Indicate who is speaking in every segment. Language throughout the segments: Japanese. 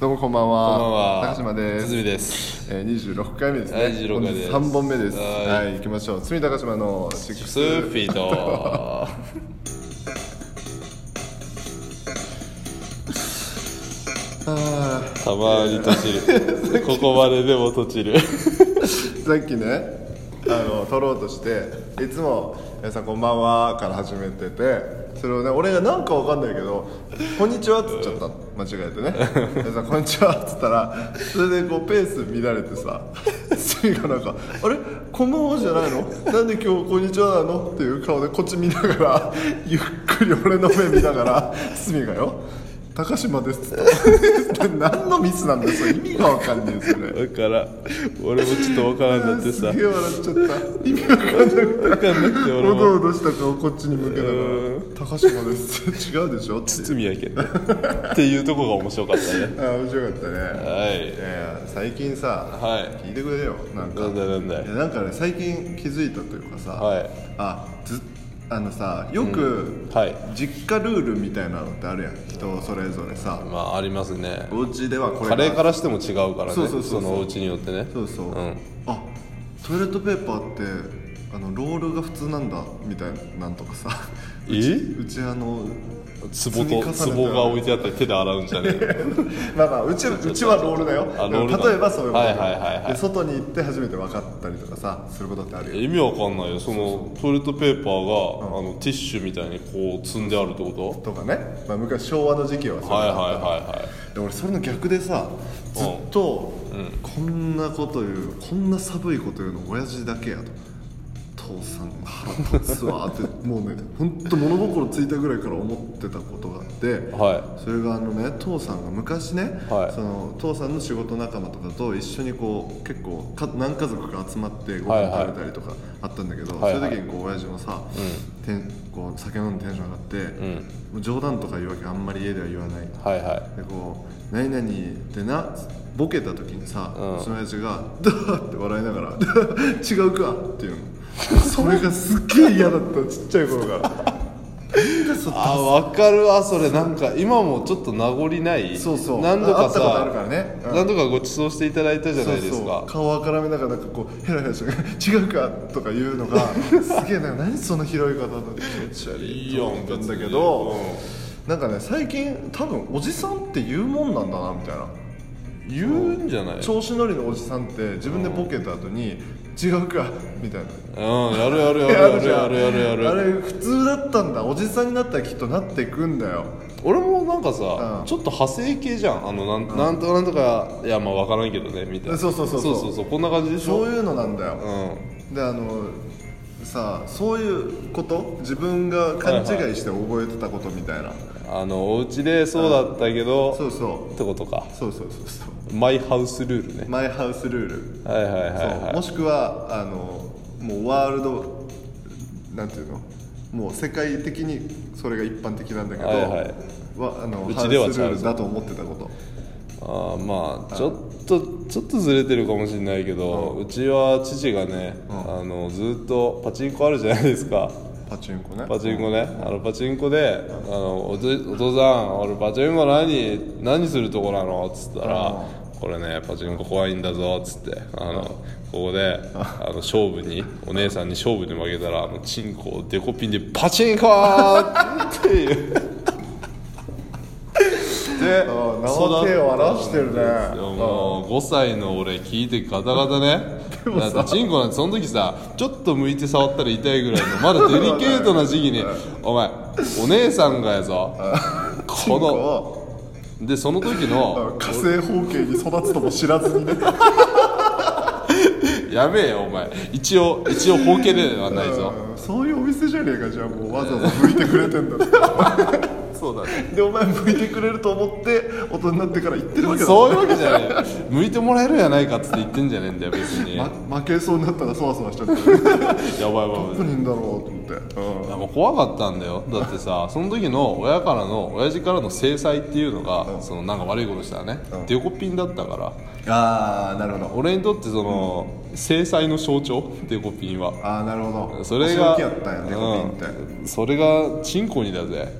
Speaker 1: どうもこんばんは。
Speaker 2: こんばんは
Speaker 1: 高島です。
Speaker 2: 堤です。
Speaker 1: えー、二十六回目ですね。
Speaker 2: 26回です
Speaker 1: 本日三本目です。
Speaker 2: はい
Speaker 1: はい、行きましょう。罪高島のシック
Speaker 2: スーフィー ド。たまにとちる。ここまででもとちる。
Speaker 1: さっきねあの撮ろうとしていつも「皆さんこんばんは」から始めててそれをね俺がなんかわかんないけど「こんにちは」っつっちゃったの間違えてね「皆さんこんにちは」っつったらそれでこうペース乱れてさスイがなんか「あれこんばんは」じゃないのなんで今日「こんにちは」なのっていう顔でこっち見ながらゆっくり俺の目見ながらスミがよ高島ですっつ った何のミスなんだよそれ意味がわかんないですよね
Speaker 2: だから、俺もちょっとわからんなって
Speaker 1: す。
Speaker 2: さ
Speaker 1: げえ笑っちゃった意味わかんなく
Speaker 2: わかんなくて
Speaker 1: て
Speaker 2: 俺
Speaker 1: おど
Speaker 2: も。
Speaker 1: おどした顔こっちに向けながら「高島です」違うでしょって
Speaker 2: 罪やけど。っていうとこが面白かったね。
Speaker 1: あ面白かったね、
Speaker 2: はい
Speaker 1: い。やいや最近さ、
Speaker 2: はい
Speaker 1: 聞いてくれよなんか
Speaker 2: なんだなんだ
Speaker 1: いやなんかね最近気づいたというかさ、
Speaker 2: はい
Speaker 1: あずあのさよく、
Speaker 2: はい
Speaker 1: 実家ルールみたいなのってあるやん人それぞれさ
Speaker 2: まあ、ありますね。
Speaker 1: お家ではこれ
Speaker 2: カレーかららしても違うからね。
Speaker 1: そうそうそうそう
Speaker 2: のお家によってね。
Speaker 1: そうそう、
Speaker 2: ん
Speaker 1: あトイレットペーパーってあのロールが普通なんだみたいななんとかさ
Speaker 2: え
Speaker 1: うちあの
Speaker 2: 壺と、壺が置いてあったり手で洗うんじゃね え
Speaker 1: まあまあうちうちはロールだよ
Speaker 2: あロールだ
Speaker 1: 例えばそういうこと、
Speaker 2: はいはいはいはい
Speaker 1: で外に行って初めて分かったりとかさすることってあるよ
Speaker 2: 意味わかんないよそのトイレットペーパーが、あのティッシュみたいにこう積んであるってこと
Speaker 1: とかね、まあ、昔昭和の時期はそう
Speaker 2: はい
Speaker 1: だ
Speaker 2: はい
Speaker 1: った
Speaker 2: はいはい
Speaker 1: で俺それの逆でさずっと、こんなこと言うこんな寒いこと言うの親父だけやと父さん腹立つわってもうね本当物心ついたぐらいから思ってたことがあって、
Speaker 2: は
Speaker 1: それがあのね父さんが昔ね、
Speaker 2: はい
Speaker 1: その父さんの仕事仲間とかと一緒にこう結構か何家族か集まってご
Speaker 2: はい
Speaker 1: 飯
Speaker 2: はい
Speaker 1: 食べたりとかあったんだけど、
Speaker 2: はいはい
Speaker 1: そういう時にこう親父もさ、てんこう酒飲んでテンション上がって、もう冗談とか言うわけあんまり家では言わない
Speaker 2: はいはい
Speaker 1: でこう「何々」ってなボケた時にさ、その親父が「ダー!」って笑いながら 「ダー違うか!」っていうのそれがすっげえ嫌だったちっちゃい頃から なんでそ
Speaker 2: あわかるわそれなんか今もちょっと名残ない
Speaker 1: そうそう
Speaker 2: 何度
Speaker 1: あ会
Speaker 2: か
Speaker 1: ったことあ
Speaker 2: さ
Speaker 1: るからね、うん
Speaker 2: 何度かごちそうしていただいたじゃないです
Speaker 1: そうそう
Speaker 2: か
Speaker 1: 顔をあからめながらなんかこうヘラヘラして「 違うか!」とか言う のがすげえなんか何その広い方の気持ち悪い
Speaker 2: いいやん
Speaker 1: と思ったんだけ
Speaker 2: 別
Speaker 1: ど
Speaker 2: に
Speaker 1: なんかね最近多分おじさんって言うもんなんだなみたいな
Speaker 2: 言うんじゃない
Speaker 1: 調子乗りのおじさんって自分でボケた後に「違うか!」みたいな。
Speaker 2: うんやるやるや
Speaker 1: ある
Speaker 2: る
Speaker 1: じゃ
Speaker 2: や
Speaker 1: ん
Speaker 2: るやるやるや
Speaker 1: あ
Speaker 2: る
Speaker 1: れ普通だったんだおじさんになったらきっとなっていくんだよ
Speaker 2: 俺もなんかさ、
Speaker 1: うん
Speaker 2: ちょっと派生系じゃんあのなんなんとかなんとかいやまあわからんけどねみたいな
Speaker 1: そうそうそう
Speaker 2: そ
Speaker 1: そうう
Speaker 2: そうそうこんな感じでしょ
Speaker 1: そういうのなんだよ、
Speaker 2: うん
Speaker 1: であのさあそういうこと自分が勘違いして覚えてたことみたいな、
Speaker 2: あのお家でそうだったけど
Speaker 1: そうそう
Speaker 2: ってことか
Speaker 1: そうそうそうそう
Speaker 2: マイハウスルールね
Speaker 1: マイハウスルール、
Speaker 2: はいはいはいは
Speaker 1: そうもしくはあのもうワールドなんていうのもう世界的にそれが一般的なんだけど、
Speaker 2: はいはい
Speaker 1: わあの
Speaker 2: う
Speaker 1: ハウ
Speaker 2: ち
Speaker 1: ス
Speaker 2: で
Speaker 1: ル
Speaker 2: は
Speaker 1: ールだと思ってたこと
Speaker 2: いあーまあちょっとちょっとずれてるかもしれないけど、うちは父がね、あのずっとパチンコあるじゃないですか
Speaker 1: パチンコね
Speaker 2: パチンコね、あのパチンコで「あのおじお父さん俺パチンコ何何するとこなの?」っつったら「これねパチンコ怖いんだぞ」っつってあのここであの勝負にお姉さんに勝負で負けたらあのチンコをデコピンで「パチンコ!」っていう。で
Speaker 1: ああ生手を荒らしてるね
Speaker 2: でももう5歳の俺聞いてガタガタねだってチンコなんてその時さちょっと向いて触ったら痛いぐらいのまだデリケートな時期に「お前お姉さんがやぞ」
Speaker 1: チンコ
Speaker 2: こ
Speaker 1: を
Speaker 2: のでその時の
Speaker 1: 火星方形に育つとも知らずにね
Speaker 2: 「やべえよお前一応一応包茎ではないぞ
Speaker 1: うんそういうお店じゃねえかじゃあもうわざわざ向いてくれてんだ」
Speaker 2: そうだね
Speaker 1: でお前向いてくれると思って大人になってから言ってるわけだ
Speaker 2: そういうわけじゃない向いてもらえるやないかっつって言ってんじゃねえんだよ別にや
Speaker 1: ま負けそうになったらそわそわしちゃってど
Speaker 2: ばいやばい
Speaker 1: こにいんだろうと思って、うん
Speaker 2: いやもう怖かったんだよだってさその時の親からの親父からの制裁っていうのが、そのなんか悪いことしたらね、デコピンだったから
Speaker 1: ああなるほど
Speaker 2: 俺にとってその、制裁の象徴デコピンは
Speaker 1: ああなるほど
Speaker 2: それが
Speaker 1: お仕置きやったんやねコピンって、
Speaker 2: うんそれがチンコにだぜ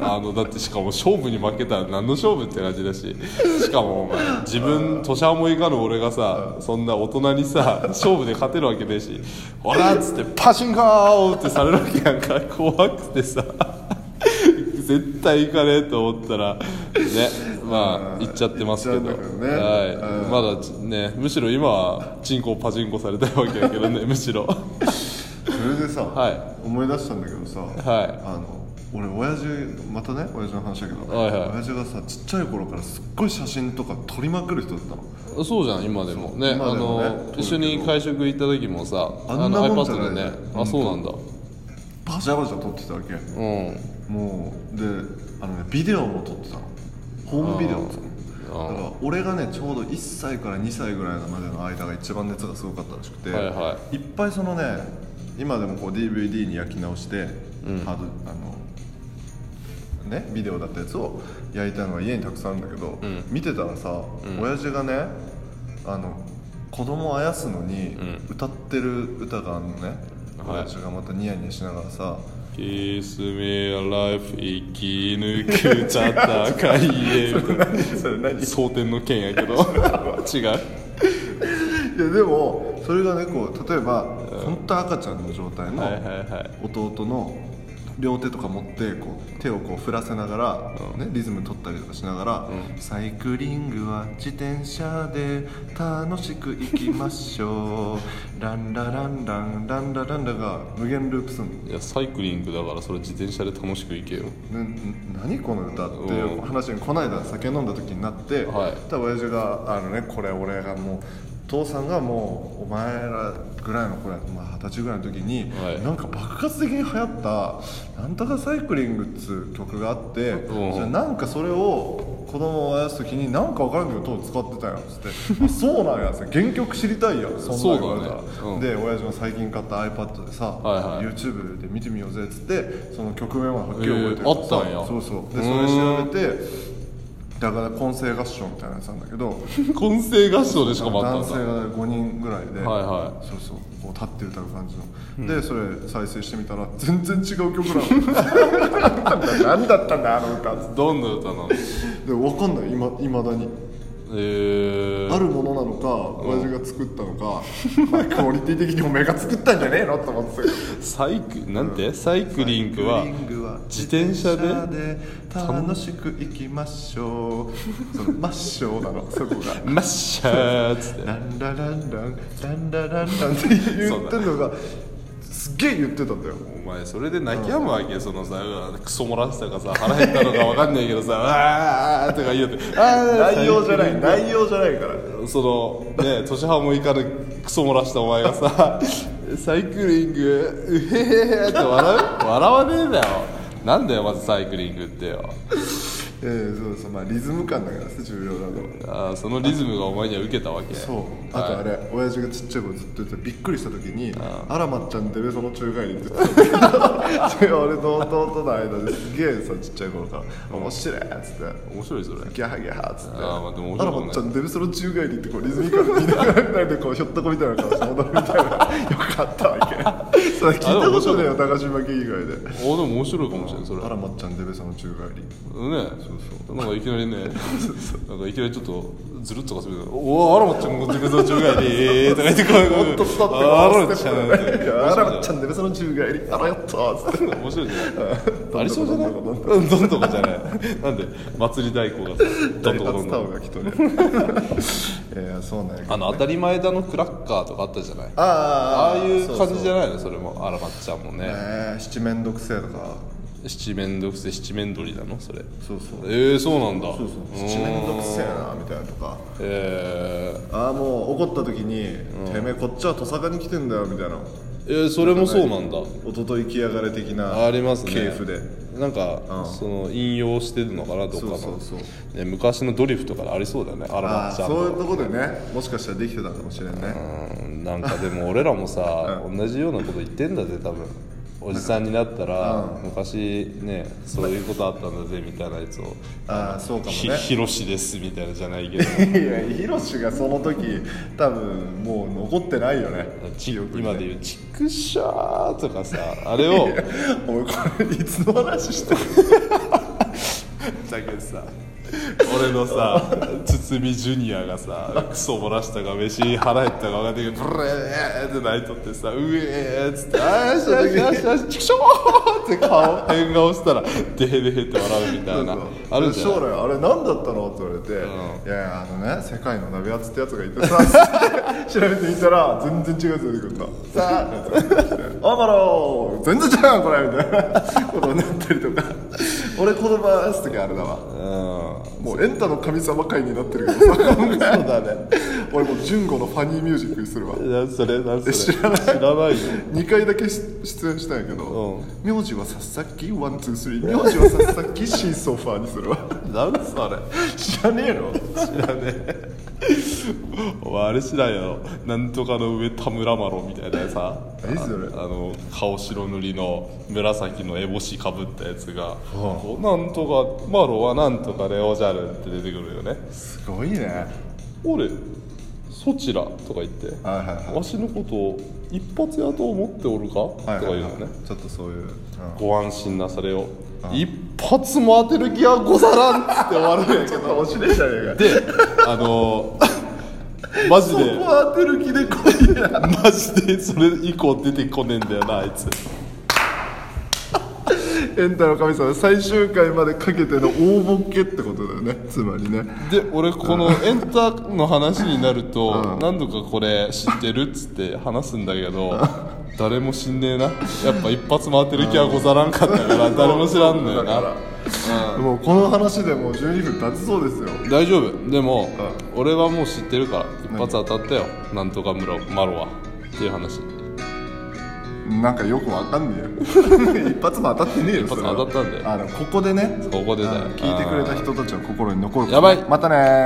Speaker 2: あのだってしかも勝負に負けたら何の勝負って感じだししかもお前自分土砂もいかぬ俺がさそんな大人にさ勝負で勝てるわけねえし「ほら」っつって「パシンコー!」ってされるわけやんか怖くてさ 絶対行かねえと思ったらねまあ行っちゃってますけ
Speaker 1: 行
Speaker 2: ど
Speaker 1: っちゃうんだけどね
Speaker 2: はいまだちねむしろ今はチンコをパチンコされたいわけやけどねむしろ
Speaker 1: それでさ、
Speaker 2: は
Speaker 1: 思い出したんだけどさ、
Speaker 2: はい
Speaker 1: あの俺親父またね親父の話だけど、
Speaker 2: はいはい
Speaker 1: 親父がさちっちゃい頃からすっごい写真とか撮りまくる人だったの
Speaker 2: そうじゃん今でもねあ
Speaker 1: 今でもね
Speaker 2: の
Speaker 1: そう
Speaker 2: 一緒に会食行った時もさ
Speaker 1: あんなもんじゃない
Speaker 2: iPad でねあそうなんだう
Speaker 1: バシャバシャ撮ってたわけ
Speaker 2: ん
Speaker 1: もうであのねビデオも撮ってたのホームビデオも撮ってた
Speaker 2: あー
Speaker 1: のだから俺がねちょうど1歳から2歳ぐらいまでの間が一番熱がすごかったらしくて、
Speaker 2: はいはい
Speaker 1: っぱいそのね今でもこう DVD に焼き直して、ハードあのね、ビデオだったやつを焼いたのが家にたくさんあるんだけど、見てたらさ、親父がねあの子供をあやすのに歌ってる歌があるのね、
Speaker 2: はい
Speaker 1: 親父がまたニヤニヤしながらさ、
Speaker 2: 「Kiss me alive 生き抜く戦いへ」
Speaker 1: それ 何
Speaker 2: 蒼天の剣やけ ど違う
Speaker 1: いやでもそれがねこう例えば、本当赤ちゃんの状態の
Speaker 2: はいはいはい
Speaker 1: 弟の両手とか持ってこう手をこう振らせながら、ね、リズム取ったりとかしながら、サイクリングは自転車で楽しく行きましょうランラランランランラランラが無限ループすんの
Speaker 2: いやサイクリングだからそれ自転車で楽しく行けよ
Speaker 1: な何この歌っていう
Speaker 2: うん
Speaker 1: 話にこの間酒飲んだ時になって、
Speaker 2: はい
Speaker 1: 多分親父があのねこれ俺がもう父さんがもうお前らぐらいのこれまあ二十歳ぐらいの時に、
Speaker 2: はい
Speaker 1: なんか爆発的に流行った「なんとかサイクリング」っつう曲があって、
Speaker 2: うん
Speaker 1: それなんかそれを子供をあやす時になんか分からんけど当時使ってたよっつって「あそうなんや」っつって原曲知りたいやんそんなん言われたら、
Speaker 2: そうだねうん
Speaker 1: で親父も最近買った iPad でさ、
Speaker 2: はいはい
Speaker 1: YouTube で見てみようぜっつってその曲名ははっきり覚えてる
Speaker 2: えーあったんや
Speaker 1: そうそうでそれ調べてだから混声合唱みたいなやつなんだけ ど
Speaker 2: 混声合唱でしかもあ
Speaker 1: 男
Speaker 2: ったん
Speaker 1: 性
Speaker 2: だ
Speaker 1: が5人ぐらいで、
Speaker 2: はいは
Speaker 1: そうそうこう立って歌う感じの、でそれ再生してみたら全然違う曲な の何だったんだあの歌で
Speaker 2: どんな歌なの
Speaker 1: 分かんないいま未だに
Speaker 2: えー、
Speaker 1: あるものなのか親父が作ったのか、まあクオリティ的におめえが作ったんじゃねえのと思ってたけど
Speaker 2: サイクなんてサイクリングは自転車で
Speaker 1: 楽しく行きましょ うそのマッショーなのそこが
Speaker 2: マッシャーっつって
Speaker 1: ランラランランランラランランって言ってるのがすっげえ言ってたんだよ
Speaker 2: お前それで泣き止むわけそのさうわクソ漏らしたかさ腹減ったのか分かんないけどさ「 わー」とか言うて「あー
Speaker 1: 内容じゃない内容じゃないから
Speaker 2: そのね年半もいかぬクソ漏らしたお前がさ 「サイクリングうへへへ」って笑う笑わねえだよなんだよまずサイクリングってよ
Speaker 1: ええそうそうまあリズム感だからさ重要なのは
Speaker 2: あーそのリズムがお前には受けたわけ
Speaker 1: そうあとあれ、親父がちっちゃい頃ずっと言ってたびっくりした時に「あらまっちゃんでべその宙返り」って言ってたんだけど それが俺と弟の間ですげえさちっちゃい頃から「面白い」っつって
Speaker 2: 面白いそれ
Speaker 1: ギャハギャハっつって
Speaker 2: あーまあでも面
Speaker 1: あら
Speaker 2: 白い
Speaker 1: まっちゃんデブソロ宙返りってこうリズミカル に見ながらみんなでこうひょっとこみたいな顔して踊るみたいな よかったわけそれ聞いたことないよ高島家以外で
Speaker 2: おでも面白いかもしれないそれ
Speaker 1: あらまっちゃんデブソロ宙返り
Speaker 2: ねなんかいきなりねなんかいきなりちょっとずるっとかするけどおおあらまっちゃんも自分の中外で」とか言ってこうこう
Speaker 1: とっとって
Speaker 2: あら
Speaker 1: こ
Speaker 2: ま
Speaker 1: う
Speaker 2: っ
Speaker 1: ス
Speaker 2: ち
Speaker 1: テ
Speaker 2: ゃ
Speaker 1: ッ
Speaker 2: ん
Speaker 1: プでねいや あらまっちゃ
Speaker 2: ん
Speaker 1: んデブソロ宙返りあらよっとっつって
Speaker 2: 面白いじゃ ないありそうじゃないうんどんとかじゃないなんで祭り太鼓がさどん
Speaker 1: 大
Speaker 2: どこど
Speaker 1: 発
Speaker 2: ん
Speaker 1: タ
Speaker 2: ど
Speaker 1: オ
Speaker 2: ん
Speaker 1: が来とるい やそうなんやけど
Speaker 2: あの当たり前だのクラッカーとかあったじゃないあ
Speaker 1: あ
Speaker 2: あいう感じじゃ
Speaker 1: い
Speaker 2: ないのそれもあらまっちゃんもね
Speaker 1: 七面倒くせえとか
Speaker 2: 七面倒くせ七面鳥なのそれ
Speaker 1: そうそう
Speaker 2: ええそうなんだ
Speaker 1: そうそう七面倒くせえなみたいなとか
Speaker 2: え
Speaker 1: ああもう怒った時に「てめえこっちは土佐に来てんだよ」みたいな
Speaker 2: ーえーそれもそうなんだ
Speaker 1: 「おととい来やがれ」的な
Speaker 2: ありますね
Speaker 1: 系譜で
Speaker 2: なんか、
Speaker 1: ん
Speaker 2: その引用してるのかなどっかの
Speaker 1: そうそう
Speaker 2: ね、昔のドリフとかでありそうだよねあら
Speaker 1: あ
Speaker 2: ま
Speaker 1: あ
Speaker 2: っちゃん
Speaker 1: そういうと
Speaker 2: と
Speaker 1: こでねもしかしたらできてたかもしれんね
Speaker 2: うんなんかでも俺らもさ同じようなこと言ってんだぜ多分おじさんになったら、昔ねそういうことあったんだぜみたいなやつを
Speaker 1: ああそう
Speaker 2: 「
Speaker 1: かも
Speaker 2: ひ
Speaker 1: ね
Speaker 2: ひろしです」みたいなじゃないけど
Speaker 1: いやヒロシがその時多分もう残ってないよね
Speaker 2: ち
Speaker 1: 記憶にね
Speaker 2: 今で言う「ちくしゃー」とかさあれを
Speaker 1: おいこれいつの 話してる
Speaker 2: だけどさ俺のさ堤ジュニアがさクソ漏らしたか飯腹減ったか分かんないけどブレーって泣いとってさうえーっつって「あーよしよしよしよしちくしょー!」って顔変顔したらデヘデヘって笑うみたいなあるじゃん
Speaker 1: 将来あれ何だったのって言われて、
Speaker 2: う
Speaker 1: いやいやあのね世界の鍋厚ってやつがいて さ調べてみたら全然違うやつ出てくるんださああばろう全然違うよこれみたいなことになったりとか俺子供出す時あれだわ
Speaker 2: うん
Speaker 1: もうエンタの神様会になってるけどさそうだね俺もう純子のファニーミュージックにするわ
Speaker 2: なそれなそれ
Speaker 1: 知らない
Speaker 2: 知らないよ
Speaker 1: 2回だけし出演したんやけど
Speaker 2: う
Speaker 1: 名字はさっさきワンツースリー名字はさっさきシーソファーにするわ
Speaker 2: なんそれ
Speaker 1: 知らねえの
Speaker 2: 知らねえお前あれ知らんやろなんとかの上田村麻呂みたいなさ
Speaker 1: 何それ
Speaker 2: あの顔白塗りの紫の烏帽子かぶったやつが「こうなんとか麻呂はなんとかでおじゃる」って出てくるよね
Speaker 1: すごいね
Speaker 2: 「俺そちら」とか言って「
Speaker 1: はいはいはい
Speaker 2: わしのことを一発やと思っておるか?」とか言うのね
Speaker 1: ちょっとそういう、
Speaker 2: ご安心なされよ一発も当てる気はござらんっつって終わるんやけ
Speaker 1: ちょっ
Speaker 2: ど
Speaker 1: とおしれじゃねえか
Speaker 2: であのーマジ
Speaker 1: そこ
Speaker 2: で
Speaker 1: は当てる気で来いや
Speaker 2: マジでそれ以降出てこねえんだよなあいつ
Speaker 1: エンタの神様最終回までかけての大ボケってことだよねつまりね
Speaker 2: で俺このエンタの話になると何度かこれ知ってるっつって話すんだけど誰も知んねえなやっぱ一発回ってる気はござらんかったから誰も知らんのよ
Speaker 1: だ
Speaker 2: な
Speaker 1: からもうこの話でもう12分経つそうですよ
Speaker 2: 大丈夫でも俺はもう知ってるから一発当たったよなんとか村マロはっていう話
Speaker 1: なんかよくわかんねえよ一発も当たってねえよ
Speaker 2: 一発
Speaker 1: それは
Speaker 2: 当たったんだよ
Speaker 1: あでもここでね
Speaker 2: ここでだよ
Speaker 1: あの聞いてくれた人たちは心に残るから
Speaker 2: やばい
Speaker 1: またね